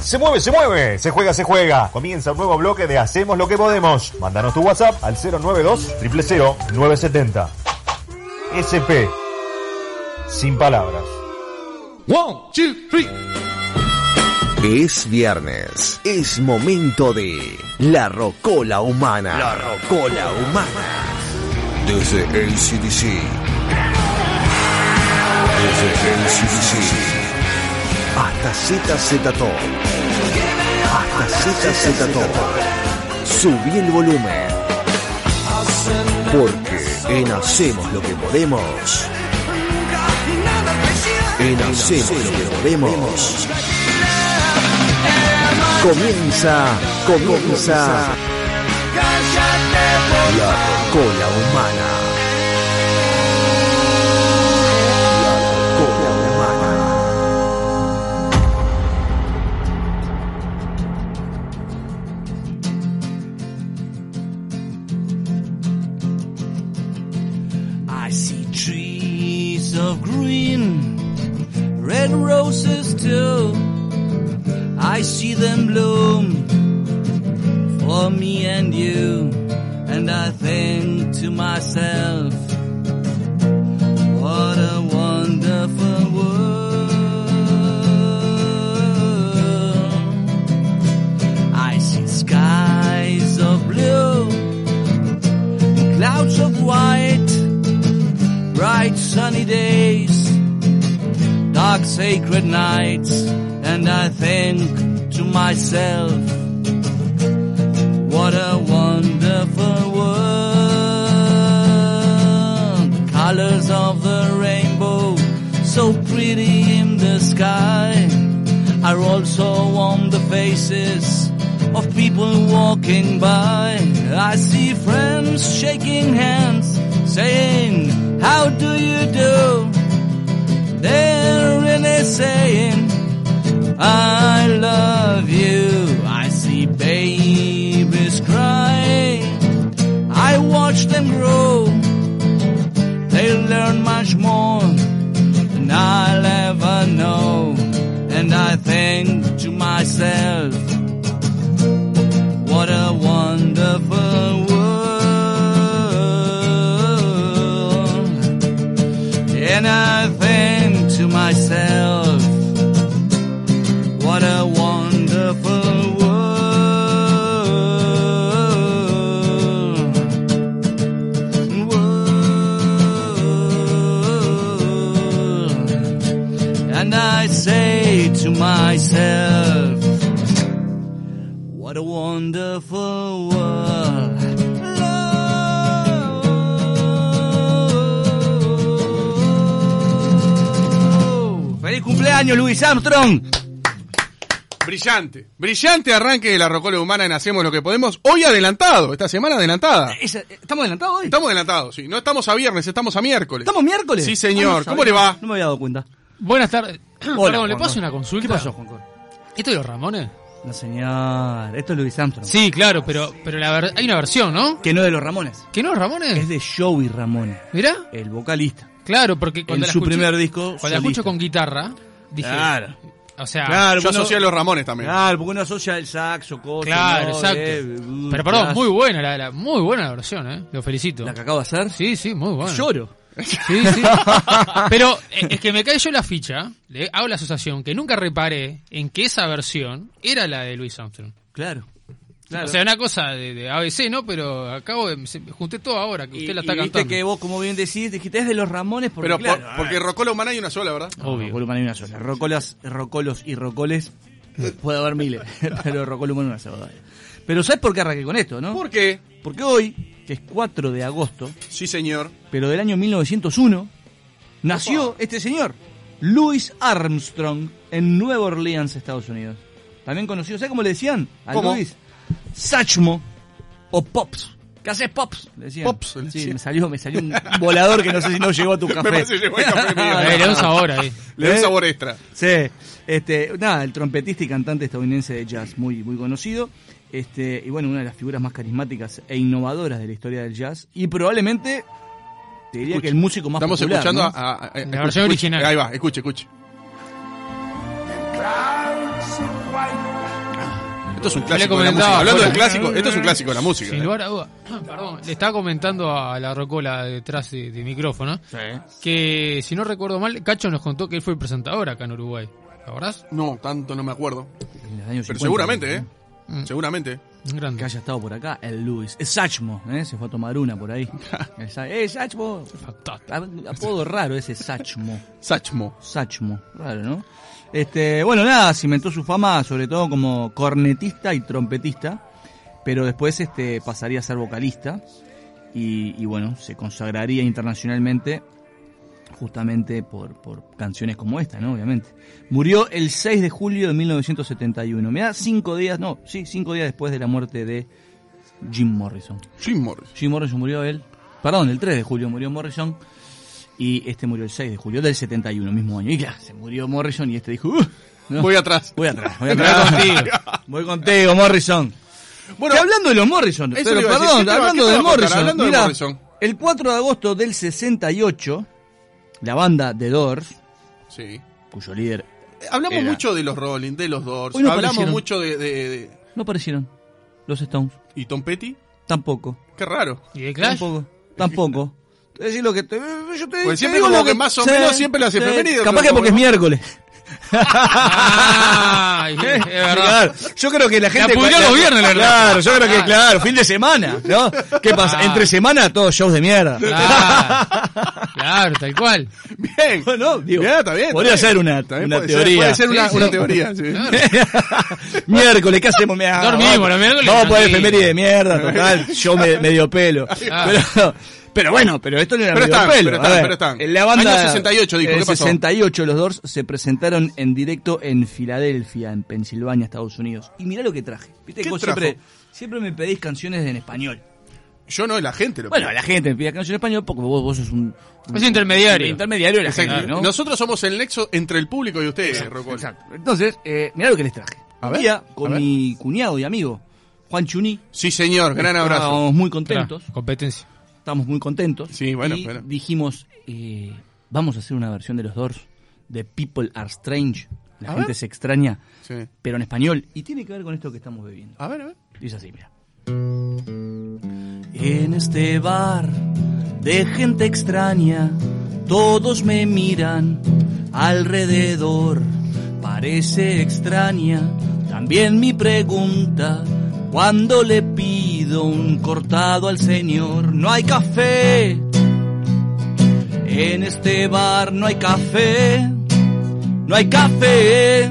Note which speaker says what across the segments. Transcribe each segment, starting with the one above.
Speaker 1: Se mueve, se mueve, se juega, se juega. Comienza un nuevo bloque de Hacemos lo que podemos. Mándanos tu WhatsApp al 092 000 970. SP. Sin palabras.
Speaker 2: One, two, three.
Speaker 3: Es viernes, es momento de La Rocola Humana. La Rocola Humana. Desde ACDC. Desde ACDC. Hasta ZZ Top. Hasta ZZ Top. Subí el volumen. Porque en Hacemos lo que podemos. En Hacemos lo que podemos. Comienza, comienza. La cola humana. La cola humana.
Speaker 4: I see trees of green, red roses too. I see them bloom for me and you. And I think to myself, what a wonderful world. I see skies of blue, clouds of white bright sunny days, dark sacred nights, and I think to myself, what a wonderful world. Colors of the rainbow, so pretty in the sky, are also on the faces of people walking by. I see friends shaking hands, saying, How do you do? They're really saying, I love you. I see babies cry. I watch them grow. They learn much more than I'll ever know. And I think to myself, what a wonderful world. And I think to myself, what a wonderful world. world. And I say to myself, what a wonderful world. Love. ¡Feliz cumpleaños, Luis Armstrong!
Speaker 2: Brillante, brillante arranque de la rocola humana en Hacemos lo que podemos. Hoy adelantado, esta semana adelantada.
Speaker 4: Esa- eh, ¿Estamos adelantados hoy?
Speaker 2: Estamos adelantados, sí. No estamos a viernes, estamos a miércoles.
Speaker 4: ¿Estamos miércoles?
Speaker 2: Sí, señor.
Speaker 4: Ah, no
Speaker 2: ¿Cómo le
Speaker 4: sabía.
Speaker 2: va?
Speaker 4: No me había dado cuenta.
Speaker 5: Buenas tardes.
Speaker 4: Hola,
Speaker 5: Perdón, ¿le
Speaker 4: Juan
Speaker 5: paso
Speaker 4: Cor.
Speaker 5: una consulta?
Speaker 4: ¿Qué pasó, Juan Cor?
Speaker 5: ¿Esto de los Ramones?
Speaker 4: No, señor. Esto es Luis Armstrong.
Speaker 5: Sí, claro, pero, pero la ver- hay una versión, ¿no?
Speaker 4: Que no es de los Ramones.
Speaker 5: ¿Que no es Ramones?
Speaker 4: Es de Joey Ramones,
Speaker 5: Mirá.
Speaker 4: el vocalista.
Speaker 5: Claro, porque cuando
Speaker 4: en
Speaker 5: la
Speaker 4: su
Speaker 5: escuché-
Speaker 4: primer disco.
Speaker 5: Cuando la
Speaker 4: solista.
Speaker 5: escucho con guitarra, dije...
Speaker 4: Claro.
Speaker 5: O sea...
Speaker 4: Claro,
Speaker 2: Yo
Speaker 4: bueno,
Speaker 2: asocié a los Ramones también.
Speaker 4: Claro, porque uno asocia el saxo, cosas.
Speaker 5: Claro,
Speaker 4: ¿no?
Speaker 5: exacto.
Speaker 4: Eh, uh,
Speaker 5: Pero perdón,
Speaker 4: jazz.
Speaker 5: muy buena la, la- muy buena la versión, ¿eh? Lo felicito.
Speaker 4: La que acabo de hacer.
Speaker 5: Sí, sí, muy buena.
Speaker 4: Lloro.
Speaker 5: Sí, sí. Pero eh, es que me cae yo la ficha, le hago la asociación, que nunca reparé en que esa versión era la de Louis Armstrong.
Speaker 4: Claro. claro.
Speaker 5: O sea, una cosa de, de ABC, ¿no? Pero acabo de... se- junté todo ahora, que
Speaker 4: Y-
Speaker 5: usted la está
Speaker 4: y
Speaker 5: cantando.
Speaker 4: Viste que vos, como bien decís, dijiste es de los Ramones porque.
Speaker 2: Pero por-
Speaker 4: claro, ah,
Speaker 2: porque rocola humana hay una sola, ¿verdad?
Speaker 4: No,
Speaker 5: Obvio.
Speaker 4: Rocolo humano hay una sola. Rocolas, rocolos y rocoles. Puede haber miles, pero Rocolo humano es una sola. Pero ¿sabes por qué arranqué con esto, no?
Speaker 2: ¿Por qué?
Speaker 4: Porque hoy, que es 4 de agosto,
Speaker 2: Sí, señor.
Speaker 4: pero del año 1901, nació este señor, Louis Armstrong, en Nueva Orleans, Estados Unidos. También conocido, ¿sabes cómo le decían a
Speaker 2: ¿Cómo?
Speaker 4: Louis? Sachmo o Pops. ¿Qué haces, Pops? Le decían.
Speaker 2: Pops, le
Speaker 4: sí,
Speaker 2: decían.
Speaker 4: me salió, me salió un volador que no sé si no llegó a tu café.
Speaker 2: parece que llegó el café mío.
Speaker 5: A ver, le damos ahora ahí.
Speaker 2: Le da un
Speaker 4: ¿Eh?
Speaker 2: sabor extra.
Speaker 4: Sí, este, nada, el trompetista y cantante estadounidense de jazz, muy, muy conocido. Este, y bueno, una de las figuras más carismáticas e innovadoras de la historia del jazz. Y probablemente, te diría que el músico más
Speaker 2: Estamos
Speaker 4: popular,
Speaker 2: escuchando
Speaker 4: ¿no?
Speaker 2: a, a- a- escuche,
Speaker 5: versión
Speaker 2: escuche.
Speaker 5: original.
Speaker 2: Ahí va, escuche, escuche.
Speaker 6: Clouds of white
Speaker 2: Esto es un
Speaker 5: le
Speaker 2: clásico de la
Speaker 5: comentaba,
Speaker 2: música. Hablando de
Speaker 5: bueno.
Speaker 2: clásico, esto es un clásico de la música.
Speaker 5: Sin
Speaker 2: eh.
Speaker 5: lugar a duda. Perdón, le estaba comentando a la Rocola detrás de, de micrófono que, si no recuerdo mal, Cacho nos contó que él fue presentador acá en Uruguay. ¿Te acordás?
Speaker 2: No, tanto no me acuerdo.
Speaker 4: En los años
Speaker 2: Pero
Speaker 4: 50,
Speaker 2: seguramente, ¿eh?
Speaker 4: ¿no?
Speaker 5: Mm.
Speaker 2: Seguramente.
Speaker 5: Un
Speaker 4: Que
Speaker 5: grande.
Speaker 4: haya estado por acá, el Luis. Es Sachmo, ¿eh? Se fue a tomar una por ahí. El Sa- ¡Eh, Sachmo!
Speaker 5: Fantástico.
Speaker 4: A- Apodo raro ese Sachmo.
Speaker 2: Sachmo.
Speaker 4: Sachmo, raro, ¿no? Este, bueno, nada, cimentó su fama sobre todo como cornetista y trompetista, pero después este, pasaría a ser vocalista y, y, bueno, se consagraría internacionalmente justamente por, por canciones como esta, ¿no? Obviamente. Murió el 6 de julio de 1971. Me da cinco días, no, sí, cinco días después de la muerte de Jim Morrison.
Speaker 2: Jim Morris.
Speaker 4: Jim Morrison murió él. Perdón, el 3 de julio murió Morrison. Y este murió el 6 de julio del 71, mismo año. Y claro, se murió Morrison y este dijo. "Uh, no,
Speaker 2: Voy atrás.
Speaker 4: voy atrás, voy atrás contigo. Voy contigo, Morrison.
Speaker 2: Bueno,
Speaker 4: Que hablando de los Morrison,
Speaker 2: Eso
Speaker 4: pero
Speaker 2: le iba a decir,
Speaker 4: perdón,
Speaker 2: ¿qué te va-
Speaker 4: hablando
Speaker 2: qué te
Speaker 4: de
Speaker 2: va a contar?
Speaker 4: Morrison,
Speaker 2: Hablando de
Speaker 4: mirá,
Speaker 2: Morrison.
Speaker 4: el 4 de agosto del 68, la banda The Doors,
Speaker 2: sí. Eh,
Speaker 4: cuyo líder
Speaker 2: Hablamos
Speaker 4: Era.
Speaker 2: mucho de los Rolling, de los Doors.
Speaker 4: Hoy no
Speaker 2: Hablamos
Speaker 4: aparecieron.
Speaker 2: mucho de, de- de-
Speaker 4: no aparecieron, los Stones,
Speaker 2: ¿Y Tom Petty?
Speaker 4: tampoco,
Speaker 2: Qué raro.
Speaker 5: ¿Y de Clash?
Speaker 4: tampoco, tampoco. Te decís lo que te, yo te,
Speaker 2: Pues
Speaker 4: te
Speaker 2: siempre
Speaker 4: digo
Speaker 2: como
Speaker 4: lo
Speaker 2: que más o menos siempre las efemérides,
Speaker 4: Capaz
Speaker 2: pero
Speaker 4: que porque es
Speaker 2: como- Ah,
Speaker 4: miércoles.
Speaker 5: Ay, es verdad.
Speaker 4: Claro, yo creo que la gente.
Speaker 5: pudrió los viernes, la verdad.
Speaker 4: Claro, yo creo que,
Speaker 5: Claro.
Speaker 4: claro, fin de semana, ¿no? ¿Qué pasa?
Speaker 5: Ah.
Speaker 4: Entre semana, todos shows de mierda.
Speaker 5: Claro, Claro, tal cual.
Speaker 2: Bien.
Speaker 4: No, no, digo,
Speaker 2: Bien, está bien. está
Speaker 4: podría
Speaker 2: bien.
Speaker 4: ser una-
Speaker 2: También
Speaker 4: una
Speaker 2: puede ser-
Speaker 4: teoría.
Speaker 2: puede ser una,
Speaker 5: Sí,
Speaker 2: una
Speaker 5: sí.
Speaker 2: teoría, sí.
Speaker 5: Claro.
Speaker 4: miércoles, ¿qué hacemos? Me- ah,
Speaker 5: Dormimos
Speaker 4: vamos-
Speaker 5: los miércoles,
Speaker 4: Vamos a poner
Speaker 5: tranquilo.
Speaker 4: efeméride de mierda, total. Yo me, medio pelo.
Speaker 5: Ah.
Speaker 4: Pero, pero bueno, pero esto no era
Speaker 2: Pero
Speaker 4: medio
Speaker 2: están,
Speaker 4: pelo.
Speaker 2: pero
Speaker 4: a
Speaker 2: están,
Speaker 4: ver,
Speaker 2: pero están.
Speaker 4: en La banda,
Speaker 2: Año 68 dijo,
Speaker 4: en
Speaker 2: ¿qué pasó?
Speaker 4: 68 los Doors se presentaron en directo en Filadelfia, en Pensilvania, Estados Unidos. Y mirá lo que traje. Viste
Speaker 2: ¿Qué
Speaker 4: que vos
Speaker 2: trajo?
Speaker 4: siempre, siempre me pedís canciones en español.
Speaker 2: Yo no, la gente lo
Speaker 4: Bueno, la gente me pide canciones en español porque vos, vos sos un... un-
Speaker 5: Es intermediario.
Speaker 4: un intermediario de la
Speaker 2: Exacto.
Speaker 4: gente, ¿no?
Speaker 2: Nosotros somos el nexo entre el público y ustedes, Rocol.
Speaker 4: Exacto. Entonces, eh, mirá lo que les traje.
Speaker 2: A
Speaker 4: Un
Speaker 2: ver,
Speaker 4: día,
Speaker 2: a
Speaker 4: con
Speaker 2: ver.
Speaker 4: mi cuñado y amigo, Juan Chuní,
Speaker 2: Sí, señor, gran abrazo.
Speaker 4: Estábamos muy
Speaker 5: Claro,
Speaker 4: contentos.
Speaker 5: competencia.
Speaker 4: Estamos muy contentos.
Speaker 2: Sí, bueno,
Speaker 4: y
Speaker 2: bueno.
Speaker 4: dijimos, eh, vamos a hacer una versión de los Doors de People Are Strange. La
Speaker 2: A
Speaker 4: gente
Speaker 2: ver.
Speaker 4: se extraña,
Speaker 2: Sí.
Speaker 4: pero en español. Y tiene que ver con esto que estamos bebiendo.
Speaker 2: A ver, a ver.
Speaker 4: Dice así, mira. En este bar de gente extraña, todos me miran alrededor. Parece extraña también mi pregunta. Cuando le pido un cortado al señor, no hay café. En este bar no hay café. No hay café.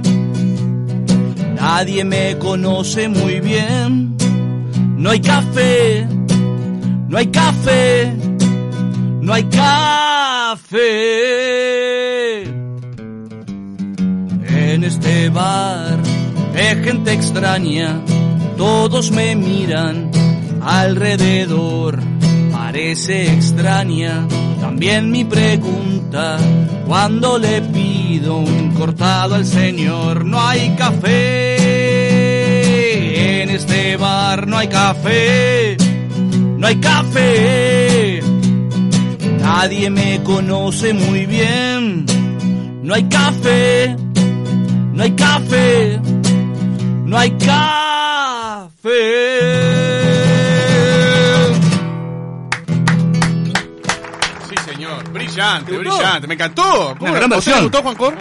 Speaker 4: Nadie me conoce muy bien. No hay café, no hay café, no hay café. En este bar de gente extraña, todos me miran alrededor. Parece extraña también mi pregunta cuando le pido un cortado al señor. No hay café, en este bar no hay café, no hay café. Nadie me conoce muy bien. No hay café, no hay café, no hay café.
Speaker 2: Sí, señor. Brillante,
Speaker 4: ¿Te gustó?
Speaker 2: brillante. Me encantó.
Speaker 4: Una gran
Speaker 2: ¿A usted le
Speaker 4: versión.
Speaker 2: gustó, Juan Cor?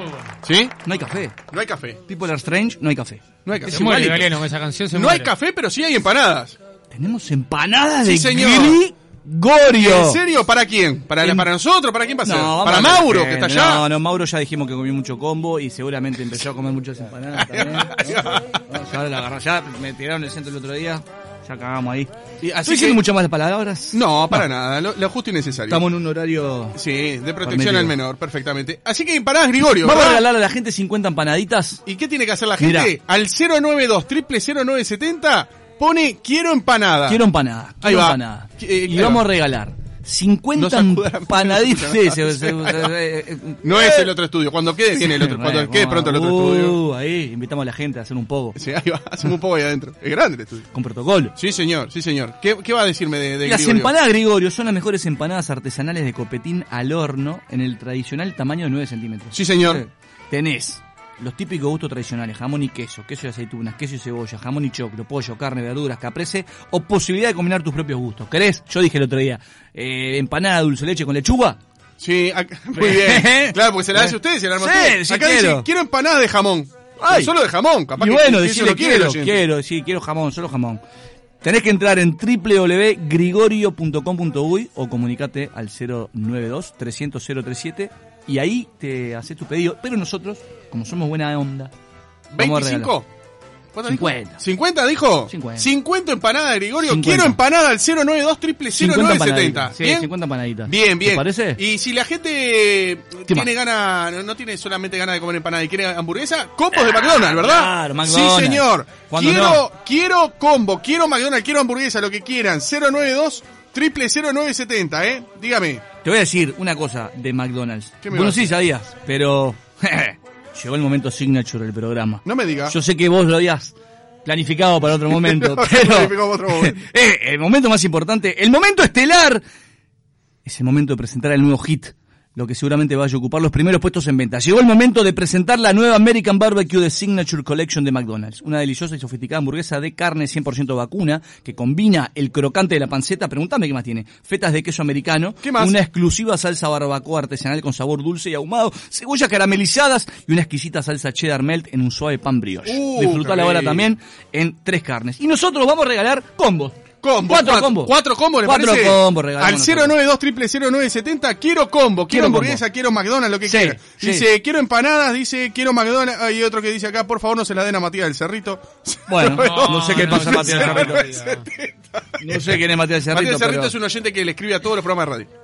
Speaker 2: ¿Sí?
Speaker 4: No hay café.
Speaker 2: No hay café.
Speaker 4: People are strange, no hay café.
Speaker 2: No hay café.
Speaker 5: Se muere
Speaker 2: Igualito.
Speaker 5: Galeno con esa canción. Se
Speaker 2: no
Speaker 5: muere.
Speaker 2: hay café, pero sí hay empanadas.
Speaker 4: Tenemos empanadas
Speaker 2: Sí,
Speaker 4: de
Speaker 2: señor. ¿En
Speaker 4: Grigorio.
Speaker 2: serio? ¿Para quién? ¿Para,
Speaker 4: En-
Speaker 2: para nosotros? ¿Para quién va a ser?
Speaker 4: vamos
Speaker 2: ¿Para
Speaker 4: a
Speaker 2: Mauro,
Speaker 4: ver,
Speaker 2: que está
Speaker 4: No,
Speaker 2: allá?
Speaker 4: no, Mauro ya dijimos que comió mucho combo y seguramente empezó a comer muchas empanadas también. No, ya, la agarró, ya me tiraron el centro el otro día, ya cagamos ahí.
Speaker 2: Y así
Speaker 4: ¿Estoy diciendo
Speaker 2: que-
Speaker 4: muchas malas palabras?
Speaker 2: No, para nada. Lo, lo justo y necesario.
Speaker 4: Estamos en un horario...
Speaker 2: Sí, de protección
Speaker 4: Permitido.
Speaker 2: al menor, perfectamente. Así que empanadas, Grigorio.
Speaker 4: Vamos a
Speaker 2: ¿verdad?
Speaker 4: regalar a la gente 50 empanaditas.
Speaker 2: ¿Y qué tiene que hacer la gente?
Speaker 4: Mirá.
Speaker 2: Al 092 0970 pone quiero empanada.
Speaker 4: Quiero em- empanada.
Speaker 2: Ah. Ahí
Speaker 4: Quiero
Speaker 2: va.
Speaker 4: empanada.
Speaker 2: Qu- eh,
Speaker 4: y
Speaker 2: claro.
Speaker 4: vamos a regalar 50
Speaker 2: No sacudan.
Speaker 4: empanaditas. Sí, se- se- se- se-
Speaker 2: No es el otro estudio. Cuando quede, tiene el otro.
Speaker 4: eh, Bueno,
Speaker 2: Cuando quede
Speaker 4: vamos,
Speaker 2: pronto el otro
Speaker 4: uh,
Speaker 2: estudio.
Speaker 4: Ahí invitamos a la gente a hacer un poco
Speaker 2: Sí, ahí va. Hacemos un poco ahí adentro. Es grande el estudio.
Speaker 4: con protocolo.
Speaker 2: Sí, señor, sí, señor. ¿Qué, qué va a decirme de, de
Speaker 4: Las
Speaker 2: Grigorio?
Speaker 4: empanadas Gregorio son las mejores empanadas artesanales de copetín al horno en el tradicional tamaño de 9 centímetros. Eh,
Speaker 2: Sí, señor.
Speaker 4: Tenés los típicos gustos tradicionales, jamón y queso, queso y aceitunas, queso y cebolla, jamón y choclo, pollo, carne, verduras, caprese, o posibilidad de combinar tus propios gustos. ¿Querés? Yo dije el otro día, eh, empanada dulce leche con lechuga.
Speaker 2: Sí, ac- muy bien. Claro, porque se la hace usted y se la arma
Speaker 4: Sí,
Speaker 2: usted.
Speaker 4: sí
Speaker 2: Acá
Speaker 4: quiero.
Speaker 2: dice, quiero empanadas de jamón.
Speaker 4: Ay.
Speaker 2: Pero Solo de jamón, capaz
Speaker 4: y
Speaker 2: que
Speaker 4: bueno,
Speaker 2: eso
Speaker 4: decirle
Speaker 2: lo quiere el
Speaker 4: quiero,
Speaker 2: oyente.
Speaker 4: quiero, sí, quiero jamón, solo jamón. Tenés que entrar en www.grigorio.com.uy o comunicate al 092 300 037 y ahí te haces tu pedido. Pero nosotros, como somos buena onda, vamos a regalar.
Speaker 2: ¿25? ¿Cuánto dijo?
Speaker 4: 50.
Speaker 2: ¿50 dijo?
Speaker 4: 50.
Speaker 2: 50 empanadas de Gregorio.
Speaker 4: 50.
Speaker 2: Quiero empanada al 092 0970.
Speaker 4: empanaditas. Sí,
Speaker 2: ¿Bien?
Speaker 4: 50 empanaditas.
Speaker 2: Bien, bien.
Speaker 4: ¿Te parece?
Speaker 2: Y si la gente eh,
Speaker 4: ¿Qué
Speaker 2: tiene ganas, no, no tiene solamente ganas de comer empanada y quiere hamburguesa, combos de McDonald's, ¿verdad?
Speaker 4: Claro, McDonald's.
Speaker 2: Sí, señor.
Speaker 4: ¿Cuándo
Speaker 2: Quiero,
Speaker 4: no?
Speaker 2: quiero combo, quiero McDonald's, quiero hamburguesa, lo que quieran. 092 0970, ¿eh? Dígame.
Speaker 4: Te voy a decir una cosa de McDonald's.
Speaker 2: ¿Qué me
Speaker 4: Bueno,
Speaker 2: vas a
Speaker 4: sí, sabías, pero llegó el momento signature del programa.
Speaker 2: No me diga.
Speaker 4: Yo sé que vos lo habías planificado para otro momento,
Speaker 2: Lo
Speaker 4: pero
Speaker 2: planificamos para otro momento.
Speaker 4: Eh, el momento más importante, el momento estelar, es el momento de presentar el nuevo hit, lo que seguramente vaya a ocupar los primeros puestos en venta. Llegó el momento de presentar la nueva American Barbecue de Signature Collection de McDonald's, una deliciosa y sofisticada hamburguesa de carne 100% vacuna que combina el crocante de la panceta, pregúntame qué más tiene, fetas de queso americano,
Speaker 2: ¿Qué más?
Speaker 4: una exclusiva salsa barbacoa artesanal con sabor dulce y ahumado, cebollas caramelizadas y una exquisita salsa cheddar melt en un suave pan brioche.
Speaker 2: Uh,
Speaker 4: Disfrutala
Speaker 2: qué
Speaker 4: ahora
Speaker 2: rico.
Speaker 4: también en tres carnes. Y nosotros vamos a regalar combos.
Speaker 2: Combo,
Speaker 4: cuatro, combos.
Speaker 2: Cuatro combos, ¿le
Speaker 4: Cuatro
Speaker 2: parece? Al
Speaker 4: combos regalamos nosotros.
Speaker 2: 092 quiero combo, quiero,
Speaker 4: Quiero
Speaker 2: hamburguesa,
Speaker 4: combo.
Speaker 2: quiero McDonald's, lo que
Speaker 4: Sí,
Speaker 2: quiera.
Speaker 4: sí.
Speaker 2: Dice, quiero empanadas, dice, quiero McDonald's. Hay otro que dice acá, por favor, no se la den a Matías del Cerrito.
Speaker 4: Bueno, no, sé qué pasa
Speaker 5: no,
Speaker 4: Matías
Speaker 5: no,
Speaker 4: Cerrito.
Speaker 5: no, no, no.
Speaker 4: No sé quién es Matías Cerrito.
Speaker 2: Matías del Cerrito
Speaker 4: pero-
Speaker 2: es un oyente que le escribe a todos los programas de radio.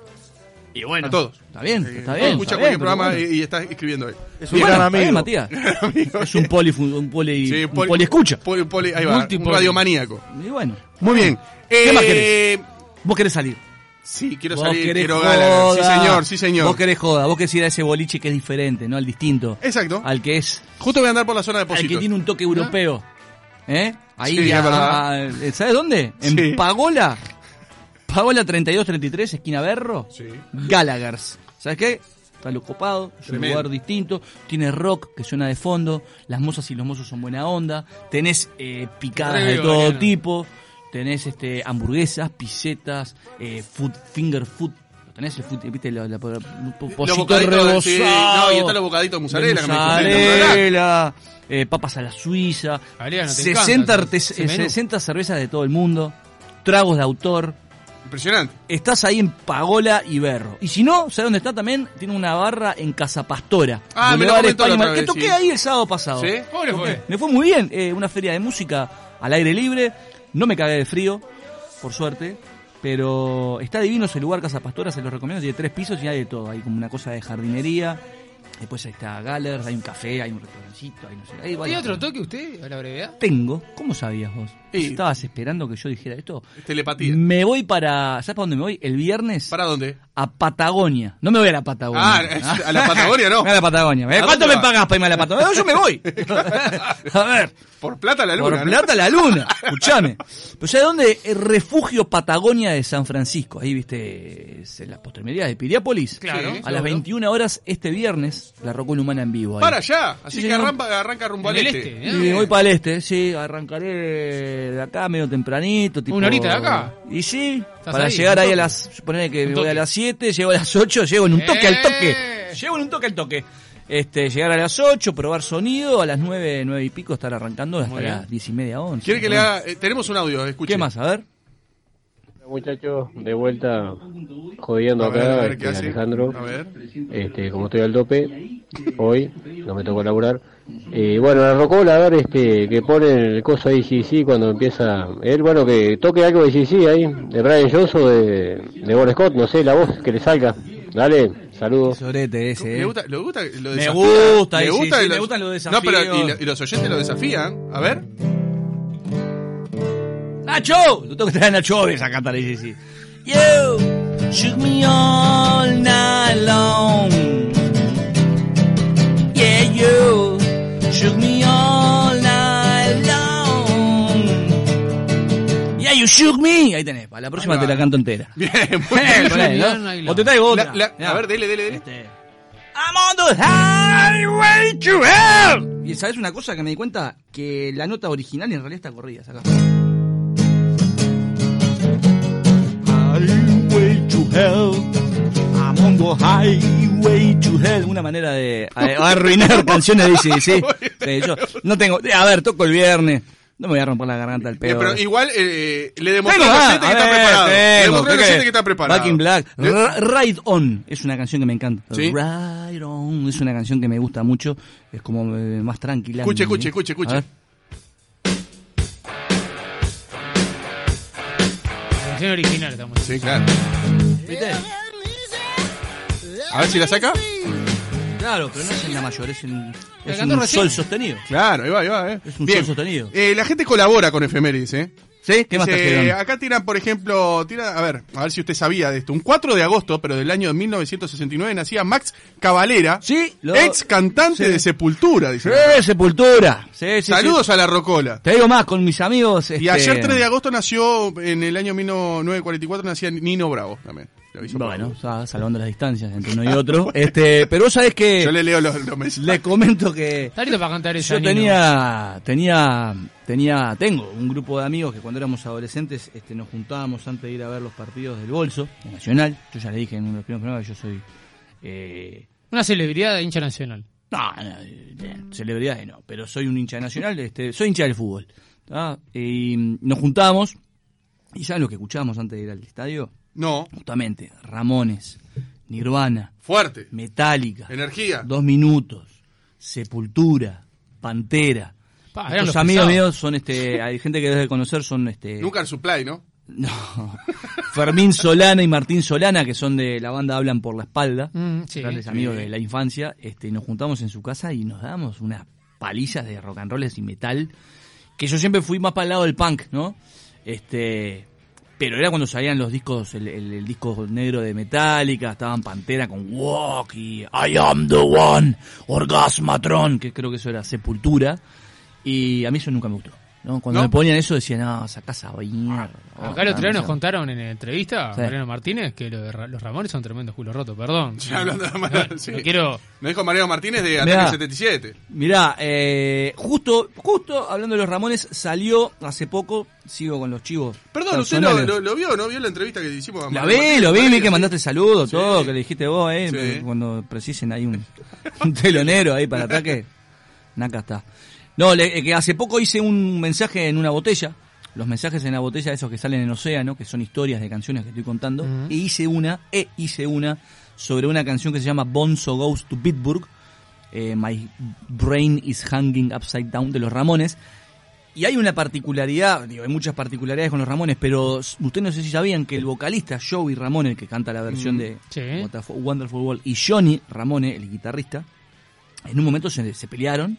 Speaker 4: Y bueno,
Speaker 2: a todos.
Speaker 4: Está bien, está
Speaker 2: Eh,
Speaker 4: bien.
Speaker 2: Escucha
Speaker 4: está
Speaker 2: cualquier
Speaker 4: bien,
Speaker 2: programa
Speaker 4: pero bueno.
Speaker 2: y, y está escribiendo él.
Speaker 6: Es un
Speaker 4: Bueno,
Speaker 6: gran
Speaker 4: está bien,
Speaker 6: amigo.
Speaker 4: Matías. Es un poli, un poli,
Speaker 2: Sí,
Speaker 4: un poli escucha.
Speaker 2: poli- poli- ahí va, un
Speaker 5: Multipoli.
Speaker 2: radiomaníaco.
Speaker 4: Y bueno,
Speaker 2: Muy bien.
Speaker 4: ¿Qué más
Speaker 2: Eh,
Speaker 4: vos querés salir.
Speaker 2: sí, quiero
Speaker 4: vos
Speaker 2: salir,
Speaker 4: querés
Speaker 2: quiero
Speaker 4: joda.
Speaker 2: ganar. Sí, señor, sí, señor.
Speaker 4: Vos querés joda. Vos querés ir a ese boliche que es diferente, ¿no? Al distinto.
Speaker 2: Exacto.
Speaker 4: Al que es.
Speaker 2: Justo voy a andar por la zona de
Speaker 4: Al que
Speaker 2: Positos.
Speaker 4: tiene un toque europeo. ¿Eh? Ahí
Speaker 2: Sí,
Speaker 4: a-
Speaker 2: es verdad.
Speaker 4: a- ¿Sabes dónde? En
Speaker 2: Sí.
Speaker 4: Pagola. Pagola 3233, esquina Berro.
Speaker 2: Sí.
Speaker 4: Gallagher's. ¿Sabes qué? Está lo copado, es un
Speaker 2: Tremendo.
Speaker 4: lugar distinto, tiene rock que suena de fondo, las mozas y los mozos son buena onda, tenés eh, picadas de
Speaker 5: Tremendo,
Speaker 4: todo
Speaker 5: Mariano.
Speaker 4: tipo, tenés este hamburguesas, pisetas, eh, food, finger food, tenés el food, viste, la, la, la-
Speaker 2: Los
Speaker 4: pocito
Speaker 2: bocaditos, sí,
Speaker 4: rebozado
Speaker 2: no, y están los bocaditos de mozzarella que me dijiste, ¿no?
Speaker 4: mozzarella, eh, papas a la suiza,
Speaker 5: Mariano, te
Speaker 4: 60,
Speaker 5: encanta
Speaker 4: artes-
Speaker 5: ese
Speaker 4: eh,
Speaker 5: menú.
Speaker 4: 60 cervezas de todo el mundo, tragos de autor.
Speaker 2: Impresionante.
Speaker 4: Estás ahí en Pagola y Berro. Y si no, ¿sabes dónde está también? Tiene una barra en Casa Pastora.
Speaker 2: Ah, me lo
Speaker 4: Boulevard
Speaker 2: comentó la
Speaker 4: España,
Speaker 2: otra
Speaker 4: que
Speaker 2: vez,
Speaker 4: toqué
Speaker 2: sí.
Speaker 4: ahí el sábado pasado.
Speaker 2: ¿Sí?
Speaker 5: ¿Cómo le fue?
Speaker 4: Me fue muy bien. eh, una feria de música al aire libre. No me cagué de frío, por suerte. Pero está divino ese lugar, Casa Pastora, se los recomiendo. Tiene tres pisos y hay de todo. Hay como una cosa de jardinería. Después ahí está Gallers, hay un café, hay un restaurancito, hay no sé. hay
Speaker 5: ¿Tiene
Speaker 4: varias
Speaker 5: otro
Speaker 4: cosas.
Speaker 5: toque usted, a la brevedad?
Speaker 4: Tengo. ¿Cómo sabías vos?
Speaker 2: Y-
Speaker 4: ¿Estabas esperando que yo dijera esto?
Speaker 2: Telepatía.
Speaker 4: Me voy para. ¿Sabes para dónde me voy? El viernes
Speaker 2: ¿Para dónde?
Speaker 4: a Patagonia. No me voy a la Patagonia.
Speaker 2: Ah, es- a la Patagonia no.
Speaker 4: Me voy a la Patagonia. Eh,
Speaker 2: ¿A
Speaker 4: ¿Cuánto
Speaker 2: dónde
Speaker 4: me
Speaker 2: va?
Speaker 4: pagas para irme a la Patagonia? No, yo me voy. a ver.
Speaker 2: Por plata la luna.
Speaker 4: por
Speaker 2: ¿no?
Speaker 4: plata la luna. Escuchame. Pero ¿sabes dónde? El refugio Patagonia de San Francisco. Ahí viste es en las postermerías de Piriápolis.
Speaker 5: Claro,
Speaker 4: A
Speaker 5: seguro.
Speaker 4: las 21 horas este viernes, la Rocola Humana en vivo. ahí.
Speaker 2: Para allá. Así
Speaker 4: Sí,
Speaker 2: que
Speaker 4: señor.
Speaker 2: arranca, arranca rumbo al
Speaker 5: En el
Speaker 2: este.
Speaker 5: este, ¿eh?
Speaker 4: Y voy para el este, sí, arrancaré de acá medio tempranito. Tipo,
Speaker 5: ¿Una horita de acá?
Speaker 4: Y sí,
Speaker 5: ¿Estás
Speaker 4: para
Speaker 5: ahí?
Speaker 4: llegar
Speaker 5: Un
Speaker 4: ahí a
Speaker 5: toque.
Speaker 4: las. Suponer que
Speaker 5: Un
Speaker 4: me voy a
Speaker 5: toque.
Speaker 4: las 7, llego a las 8, llego en un toque al toque.
Speaker 5: ¡Eh!
Speaker 4: Llego en un toque al toque. Este, llegar a las 8, probar sonido, a las 9, 9 y pico estar arrancando hasta
Speaker 5: Muy bien.
Speaker 4: las 10 y media, 11.
Speaker 2: ¿Quiere que le haga- eh, tenemos un audio, escuche.
Speaker 4: ¿Qué más? A ver.
Speaker 7: Muchachos, de vuelta jodiendo
Speaker 2: A ver,
Speaker 7: acá,
Speaker 2: a ver,
Speaker 7: este,
Speaker 2: ¿qué hace?
Speaker 7: Alejandro.
Speaker 2: A ver.
Speaker 7: Este, como estoy al tope, hoy no me tocó laburar. Eh, bueno, la Rocola, a ver, este, que pone el coso ahí, sí, sí, cuando empieza él, bueno, que toque algo de sí, sí ahí, de Brian Jones o de, de Bon Scott, no sé, la voz que le salga. Dale, saludos.
Speaker 4: Sorete ese,
Speaker 2: ¿Le
Speaker 4: eh.
Speaker 2: gusta, le gusta lo
Speaker 4: Me
Speaker 2: desafía?
Speaker 4: gusta,
Speaker 2: ¿Le
Speaker 4: sí,
Speaker 2: gusta
Speaker 4: sí,
Speaker 2: y
Speaker 4: me
Speaker 2: los-
Speaker 4: gustan los
Speaker 2: No, pero y,
Speaker 4: desafíos.
Speaker 2: lo- y los oyentes lo desafían. A ver.
Speaker 4: ¡Nacho! Lo tengo que traer a Nacho Oves acá para decir sí. You shook me all night long. Yeah, you shook me all night long. Yeah, you shook me. Ahí tenés, para la próxima
Speaker 2: Ahí va.
Speaker 4: te la canto entera.
Speaker 2: Bien, muy
Speaker 4: Eh,
Speaker 2: bien.
Speaker 4: con él,
Speaker 5: Bien,
Speaker 4: ¿no?
Speaker 5: ahí la-
Speaker 4: O te traigo otra.
Speaker 2: La- la-
Speaker 4: Ya.
Speaker 2: a ver, dele, dele, dele.
Speaker 4: Este, I'm on the highway to hell. ¿sabes una cosa que me di cuenta? Que la nota original en realidad está corrida, acá. Highway to hell. I'm on the highway to hell. Una manera de a- a arruinar canciones de sí, sí. yo no tengo. A ver, toco el viernes. No me voy a romper la garganta al
Speaker 2: Eh,
Speaker 4: pedo.
Speaker 2: pero igual eh, le demostré
Speaker 4: Tengo,
Speaker 2: a la
Speaker 4: ah,
Speaker 2: gente que
Speaker 4: a
Speaker 2: está
Speaker 4: ver,
Speaker 2: preparado. Le
Speaker 4: tengo,
Speaker 2: demostré a la
Speaker 4: ¿qué
Speaker 2: gente que
Speaker 4: querés?
Speaker 2: está preparado.
Speaker 4: Back in Black.
Speaker 2: Le-
Speaker 4: Ra- Ride On es una canción que me encanta.
Speaker 2: ¿Sí?
Speaker 4: Ride On es una canción que me gusta mucho. Es como eh, más tranquila.
Speaker 2: Escuche,
Speaker 4: ¿eh?
Speaker 2: escuche, escuche, escuche.
Speaker 4: A ver.
Speaker 5: La canción original estamos.
Speaker 2: Sí, claro. A ver si la saca.
Speaker 4: Claro, pero no es en la mayor, es en es
Speaker 5: cantó
Speaker 4: un
Speaker 5: recién.
Speaker 4: sol sostenido.
Speaker 2: Claro, ahí va, ahí va. eh.
Speaker 4: Es un
Speaker 2: Bien.
Speaker 4: sol sostenido.
Speaker 2: Eh, la gente colabora con efemérides, ¿eh?
Speaker 4: ¿Sí? ¿Qué más te
Speaker 2: Dice, ah,
Speaker 4: trajeron?
Speaker 2: acá tiran, por ejemplo, tiran, a ver, a ver si usted sabía de esto. Un 4 de agosto, pero del año 1969, nacía Max Cavalera,
Speaker 4: Sí, lo-
Speaker 2: ex cantante
Speaker 4: sí.
Speaker 2: de Sepultura, dice.
Speaker 4: Sí, sepultura. Sí, sí, sí.
Speaker 2: Saludos a la Rocola.
Speaker 4: Te digo más, con mis amigos. este,
Speaker 2: Y ayer 3 de agosto nació, en el año 1944, nacía Nino Bravo también. Le aviso por
Speaker 4: Bueno,
Speaker 2: favor.
Speaker 4: sa- salvando las distancias entre uno y otro. este, pero vos sabés que.
Speaker 2: Yo le leo los, los mensajes.
Speaker 4: le comento que.
Speaker 5: Está listo para cantar esa.
Speaker 4: Yo
Speaker 5: Nino.
Speaker 4: tenía, tenía, tenía, tengo un grupo de amigos que cuando éramos adolescentes este, nos juntábamos antes de ir a ver los partidos del bolso, de Nacional. Yo ya le dije en uno de los primeros programas que yo soy eh,
Speaker 5: Una celebridad de hincha nacional.
Speaker 4: no, no, eh, celebridades no, pero soy un hincha nacional, este, soy hincha del fútbol. ¿tá? Y mm, nos juntábamos, y ¿saben lo que escuchábamos antes de ir al estadio?
Speaker 2: No,
Speaker 4: Justamente, Ramones, Nirvana,
Speaker 2: fuerte.
Speaker 4: Metallica,
Speaker 2: Energía.
Speaker 4: Dos Minutos, Sepultura, Pantera.
Speaker 5: Pa, eran
Speaker 4: Estos
Speaker 5: los
Speaker 4: amigos
Speaker 5: pesados.
Speaker 4: míos son, este, hay gente que debes de conocer, son este...
Speaker 2: Eh. Nunca en Supply, ¿no?
Speaker 4: No, Fermín Solana y Martín Solana, que son de la banda Hablan por la Espalda,
Speaker 5: Mm, sí.
Speaker 4: grandes
Speaker 5: Sí.
Speaker 4: amigos de la infancia, este, nos juntamos en su casa y nos dábamos unas palizas de rock and rolls y metal, que yo siempre fui más para el lado del punk, ¿no? Este, pero era cuando salían los discos, el, el- el disco negro de Metallica, estaban Pantera con Walk y I Am The One, Orgasmatron, que creo que eso era Sepultura, y a mí eso nunca me gustó. ¿no? Cuando
Speaker 2: ¿No?
Speaker 4: me ponían eso decían, no, sacás a bailar.
Speaker 5: Acá los otro día nos contaron en entrevista,
Speaker 4: Ah, Sí.
Speaker 5: Mariano Martínez, que lo de Ra- los Ramones son tremendos culos rotos, perdón.
Speaker 2: Ya hablando de
Speaker 5: No,
Speaker 2: Mariano,
Speaker 5: no
Speaker 2: sí.
Speaker 5: quiero...
Speaker 2: Nos dijo Mariano Martínez de
Speaker 4: Mirá.
Speaker 2: Ataque 77.
Speaker 4: Mirá, eh, justo, justo hablando de los Ramones, salió hace poco, sigo con los chivos.
Speaker 2: Perdón, usted lo,
Speaker 4: personales.
Speaker 2: lo- lo vio, ¿no? Vio la entrevista que hicimos a
Speaker 4: La
Speaker 2: Mariano
Speaker 4: vi,
Speaker 2: Martínez.
Speaker 4: lo vi, vi que
Speaker 2: Sí.
Speaker 4: mandaste saludos,
Speaker 2: Sí.
Speaker 4: todo, que le dijiste vos, eh,
Speaker 2: Sí.
Speaker 4: cuando precisen hay un, un telonero ahí para ataque. Naca está. No, le- eh, que hace poco hice un mensaje en una botella, los mensajes en la botella, esos que salen en Océano, que son historias de canciones que estoy contando, e hice una, e hice una, sobre una canción que se llama Bonzo Goes to Pittsburgh, eh, My Brain is Hanging Upside Down de los Ramones, y hay una particularidad, digo, hay muchas particularidades con los Ramones, pero s- ustedes no sé si sabían que el vocalista Joey Ramone, el que canta la versión de
Speaker 5: sí.
Speaker 4: Wonderful- Wonderful World, y Johnny Ramone, el guitarrista, en un momento se, se pelearon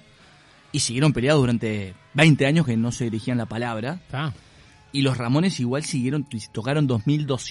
Speaker 4: y siguieron peleados durante 20 años que no se dirigían la palabra.
Speaker 5: Está.
Speaker 4: Y los Ramones igual siguieron, t- tocaron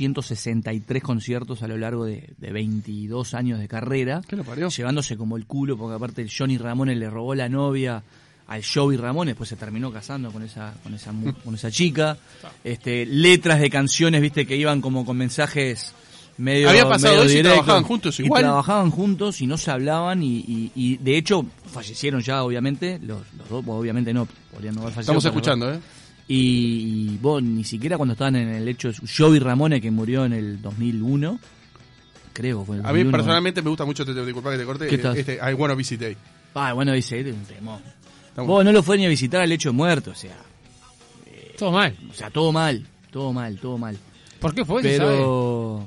Speaker 4: 2.263 conciertos a lo largo de, de 22 años de carrera.
Speaker 2: ¿Qué lo parió?
Speaker 4: Llevándose como el culo, porque aparte el Johnny Ramone le robó la novia al Joey Ramone, después se terminó casando con esa, con esa, mu- con esa chica. Este, letras de canciones, viste, que iban como con mensajes medio
Speaker 2: Había pasado
Speaker 4: medio
Speaker 2: eso y
Speaker 4: directos.
Speaker 2: trabajaban juntos
Speaker 4: Y
Speaker 2: igual.
Speaker 4: trabajaban juntos y no se hablaban y, y- y, de hecho fallecieron ya, obviamente, los, los dos, pues, obviamente no, podrían no haber fallecido.
Speaker 2: Estamos
Speaker 4: pero-
Speaker 2: escuchando, ¿eh?
Speaker 4: y, y vos ni siquiera cuando estaban en el hecho de su- Joey Ramone que murió en el 2001 creo fue en el
Speaker 2: A mí
Speaker 4: 2001.
Speaker 2: personalmente me gusta mucho, te, te- disculpa que te corte,
Speaker 4: ¿Qué tal?
Speaker 2: este I Wanna Visit Day.
Speaker 4: ah bueno dice "Este es un temón
Speaker 2: bueno.
Speaker 4: vos no lo fue ni a visitar al hecho de muerto o sea
Speaker 5: Todo mal.
Speaker 4: o sea todo mal todo mal todo mal
Speaker 5: ¿Por qué fue? se sabe?
Speaker 4: pero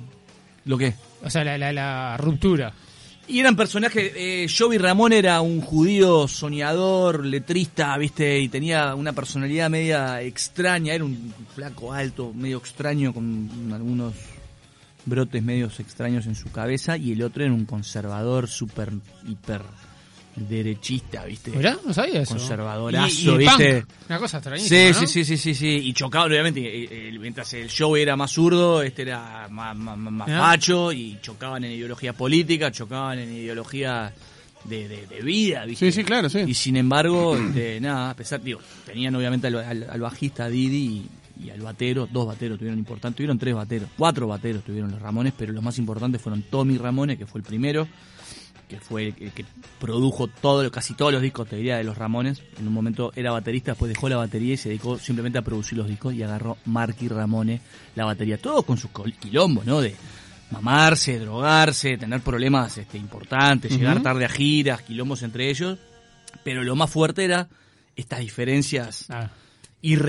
Speaker 4: lo que
Speaker 5: O sea, la, la, la ruptura.
Speaker 4: y eran personajes eh, Joey Ramón era un judío soñador letrista viste y tenía una personalidad media extraña era un flaco alto medio extraño con algunos brotes medios extraños en su cabeza y el otro era un conservador super hiper derechista, ¿viste?
Speaker 5: Mirá, no sabía eso.
Speaker 4: Conservadorazo,
Speaker 5: Y- y punk.
Speaker 4: ¿viste?
Speaker 5: Una cosa
Speaker 4: Sí,
Speaker 5: extrañísima, ¿no?
Speaker 4: sí, sí, sí, sí, sí, y chocaba, obviamente, eh, eh, mientras el show era más zurdo, este era más, más, más- más
Speaker 5: Ah.
Speaker 4: facho, y chocaban en ideología política, chocaban en ideología de, de- de vida, ¿viste?
Speaker 2: Sí, sí, claro, sí.
Speaker 4: Y sin embargo, este, nada, a pesar, digo, tenían obviamente al, al- al bajista Didi y, y al batero, dos bateros tuvieron importantes, tuvieron tres bateros, cuatro bateros tuvieron los Ramones, pero los más importantes fueron Tommy Ramones, que fue el primero, que fue el, el que produjo todo, lo- casi todos los discos, te diría, de los Ramones. En un momento era baterista, después dejó la batería y se dedicó simplemente a producir los discos y agarró Marky Ramone la batería. Todo con sus col- quilombos, ¿no? De mamarse, drogarse, tener problemas este, importantes, llegar tarde a giras, quilombos entre ellos. Pero lo más fuerte era estas diferencias
Speaker 5: Ah,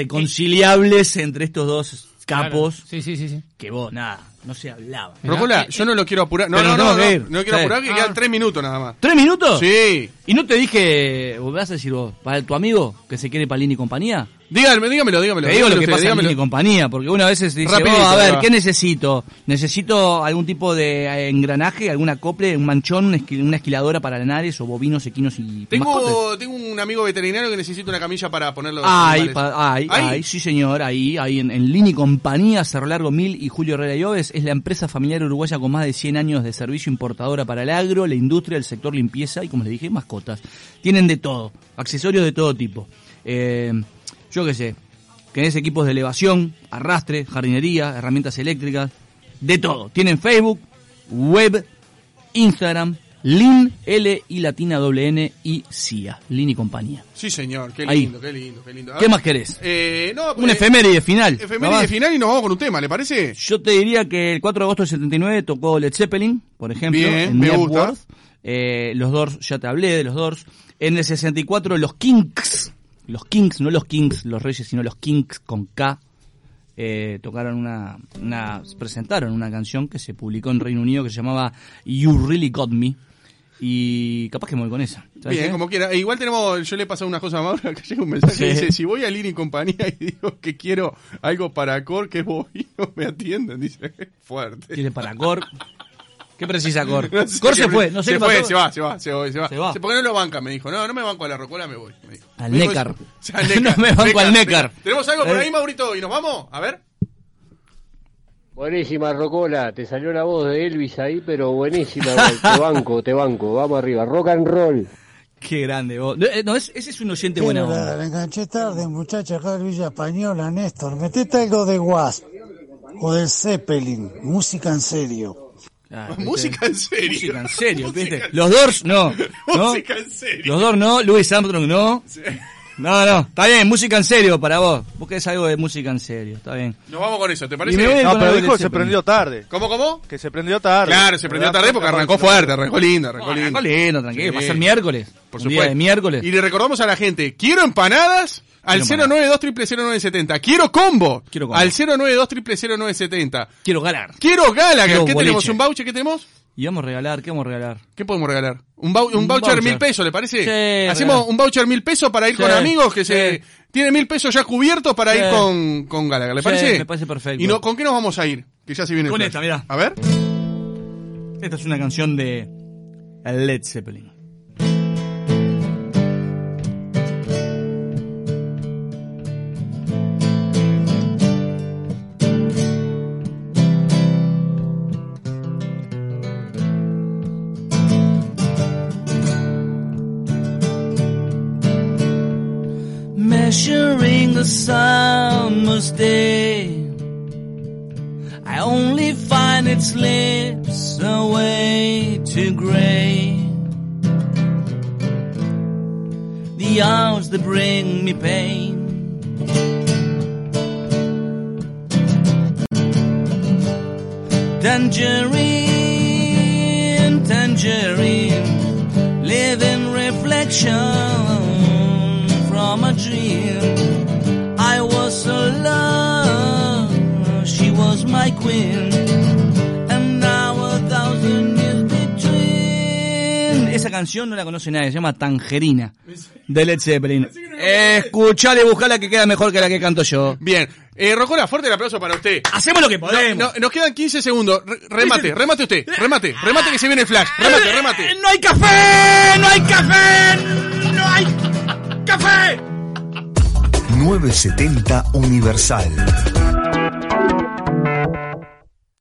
Speaker 4: irreconciliables entre estos dos
Speaker 5: claro.
Speaker 4: capos
Speaker 5: Sí, sí, sí. sí.
Speaker 4: que vos, nada, no se hablaba.
Speaker 5: Mirá.
Speaker 2: Rocola, yo no lo quiero apurar. No,
Speaker 4: Eh,
Speaker 2: no,
Speaker 4: Pero nos
Speaker 2: no,
Speaker 4: tenemos que
Speaker 2: no,
Speaker 4: ir.
Speaker 2: no quiero
Speaker 4: Sí.
Speaker 2: apurar que
Speaker 5: Ah.
Speaker 2: quedan tres minutos nada más.
Speaker 4: ¿Tres minutos?
Speaker 2: Sí.
Speaker 4: ¿Y no te dije, o vas a decir vos, para tu amigo que se quiere Palini y compañía?
Speaker 2: Dígamelo, dígamelo, dígamelo.
Speaker 4: Te digo lo
Speaker 2: dígamelo
Speaker 4: que
Speaker 2: usted,
Speaker 4: pasa en Palini y
Speaker 2: dígamelo.
Speaker 4: compañía, porque una vez dice,
Speaker 2: Rapidito,
Speaker 4: "Oh, a ver,
Speaker 2: va.
Speaker 4: ¿qué necesito? ¿Necesito algún tipo de eh, engranaje, algún acople, un manchón, un esqui- una esquiladora para lanares o bovinos, equinos y mascotes?"
Speaker 2: Tengo, tengo un amigo veterinario que necesita una camilla para ponerlo.
Speaker 4: Ay, pa- ay, ay, sí señor, ahí, ahí en, en Lini Compañía, Cerro Largo Mil y Julio Herrera y Oves, es la empresa familiar uruguaya con más de 100 años de servicio importadora para el agro, la industria, el sector limpieza y, como les dije, mascotas. Tienen de todo, accesorios de todo tipo. Eh, yo qué sé, tenés equipos de elevación, arrastre, jardinería, herramientas eléctricas, de todo. Tienen Facebook, web, Instagram, Lin, L y latina doble N y CIA, Lini Compañía.
Speaker 2: Sí, señor, qué
Speaker 4: Ahí.
Speaker 2: lindo, qué lindo, qué lindo. A
Speaker 4: ¿Qué
Speaker 2: ver,
Speaker 4: más querés?
Speaker 2: Eh, no,
Speaker 4: Un
Speaker 2: eh,
Speaker 4: efeméride final.
Speaker 2: efeméride
Speaker 4: ¿Nomás?
Speaker 2: final y nos vamos con un tema, ¿le parece?
Speaker 4: Yo te diría que el 4 de agosto del 79 tocó Led Zeppelin, por ejemplo,
Speaker 2: Bien,
Speaker 4: en
Speaker 2: me
Speaker 4: Network.
Speaker 2: gusta.
Speaker 4: Eh, los Doors, ya te hablé de los Doors. En el 64 los Kinks, los Kinks, no los Kings, los Reyes, sino los Kinks con K. eh, tocaron una, una, presentaron una canción que se publicó en Reino Unido que se llamaba You Really Got Me y capaz que me voy con esa. ¿sabes
Speaker 2: Bien,
Speaker 4: qué?
Speaker 2: como quiera. E igual tenemos, yo le he pasado unas cosas a Mauro, que llega un mensaje que
Speaker 4: Sí.
Speaker 2: dice, si voy a Lini y compañía y digo que quiero algo para Cor, que voy y no me atienden, dice, fuerte.
Speaker 4: Tiene para Cor. ¿Qué precisa Cor?
Speaker 2: No sé
Speaker 4: Cor
Speaker 2: qué
Speaker 4: se
Speaker 2: me-
Speaker 4: fue, no sé
Speaker 2: se
Speaker 4: qué
Speaker 2: fue,
Speaker 4: pasó.
Speaker 2: se va, se va, se va, se va.
Speaker 4: Se va.
Speaker 2: Sí, Porque no lo banca, me dijo. No, no me banco a la rocola, me voy. Me dijo.
Speaker 4: Al
Speaker 2: Me dijo
Speaker 4: Nécar.
Speaker 2: eso. O sea, al Nécar.
Speaker 4: No me banco al Nécar.
Speaker 2: ¿Tenemos algo por
Speaker 4: Eh.
Speaker 2: ahí, Maurito? ¿Y nos vamos? A ver.
Speaker 7: Buenísima, Rocola. Te salió la voz de Elvis ahí, pero buenísima. gol. te banco, te banco. Vamos arriba. Rock and roll.
Speaker 4: Qué grande vos. No, eh, no, es- ese es un oyente buena onda.
Speaker 6: La, la enganché tarde, muchacha, acá de Villa Española, Néstor. Metete algo de Wasp o del Zeppelin, música en serio.
Speaker 4: Claro, Ah, ¿viste?
Speaker 2: Música en serio.
Speaker 4: este, Música en serio,
Speaker 2: Música
Speaker 4: ¿viste?
Speaker 2: en-
Speaker 4: Los Doors no. ¿no?
Speaker 2: Música en serio.
Speaker 4: Los Doors no, Louis Armstrong no. No, no, está bien, música en serio para vos. Vos querés algo de música en serio, está bien.
Speaker 2: Nos vamos con eso, ¿te
Speaker 4: Y me
Speaker 2: parece?
Speaker 4: voy-
Speaker 8: No,
Speaker 4: con la
Speaker 8: pero
Speaker 4: del
Speaker 8: dijo que se
Speaker 4: Zeppelin.
Speaker 8: prendió tarde.
Speaker 2: ¿Cómo, cómo?
Speaker 8: Que se prendió tarde.
Speaker 2: Claro, se prendió tarde porque arrancó fuerte, arrancó lindo, arrancó lindo.
Speaker 4: Arrancó lindo, Ah, tranquilo,
Speaker 2: Sí.
Speaker 4: va a ser miércoles.
Speaker 2: Por
Speaker 4: un
Speaker 2: supuesto.
Speaker 4: día de miércoles.
Speaker 2: Y le recordamos a la gente, quiero empanadas al
Speaker 4: Quiero empanadas.
Speaker 2: 092 Quiero combo,
Speaker 4: Quiero combo.
Speaker 2: al 092
Speaker 4: Quiero ganar.
Speaker 2: Quiero Gallagher.
Speaker 4: Quiero
Speaker 2: ¿Qué tenemos?
Speaker 4: boliche.
Speaker 2: ¿Un voucher? ¿Qué tenemos?
Speaker 4: Y vamos a regalar, ¿qué vamos a regalar?
Speaker 2: ¿Qué podemos regalar? ¿Un, vou- un
Speaker 4: Un
Speaker 2: voucher
Speaker 4: voucher.
Speaker 2: mil pesos, le parece?
Speaker 4: Sí,
Speaker 2: Hacemos
Speaker 4: real.
Speaker 2: un voucher mil pesos para ir
Speaker 4: Sí,
Speaker 2: con amigos que
Speaker 4: sí.
Speaker 2: se... Tiene mil pesos ya cubiertos para
Speaker 4: Sí.
Speaker 2: ir con, con Gallagher, ¿le
Speaker 4: Sí,
Speaker 2: parece?
Speaker 4: me parece perfecto.
Speaker 2: ¿Y no, con qué nos vamos a ir? Que ya se viene el
Speaker 4: Con
Speaker 2: flash.
Speaker 4: esta, mirá.
Speaker 2: A ver.
Speaker 4: Esta es una canción de Led Zeppelin. Measuring the summer's day. I only find it slips away to grey. The hours that bring me pain. Tangerine, tangerine, living reflection from a dream. I was alone, she was my queen. And now a thousand years between. Esa canción no la conoce nadie, se llama Tangerina, de Led Zeppelin. Escuchala y buscala que queda mejor que la que canto yo.
Speaker 2: Bien. Eh, Rocola, fuerte el aplauso para usted.
Speaker 4: Hacemos lo que podemos.
Speaker 2: No, nos quedan 15 segundos. Re- remate, remate usted. Remate, remate que se viene el flash. Remate, remate.
Speaker 4: ¡No hay café! ¡No hay café! ¡No hay café!
Speaker 9: 970 Universal.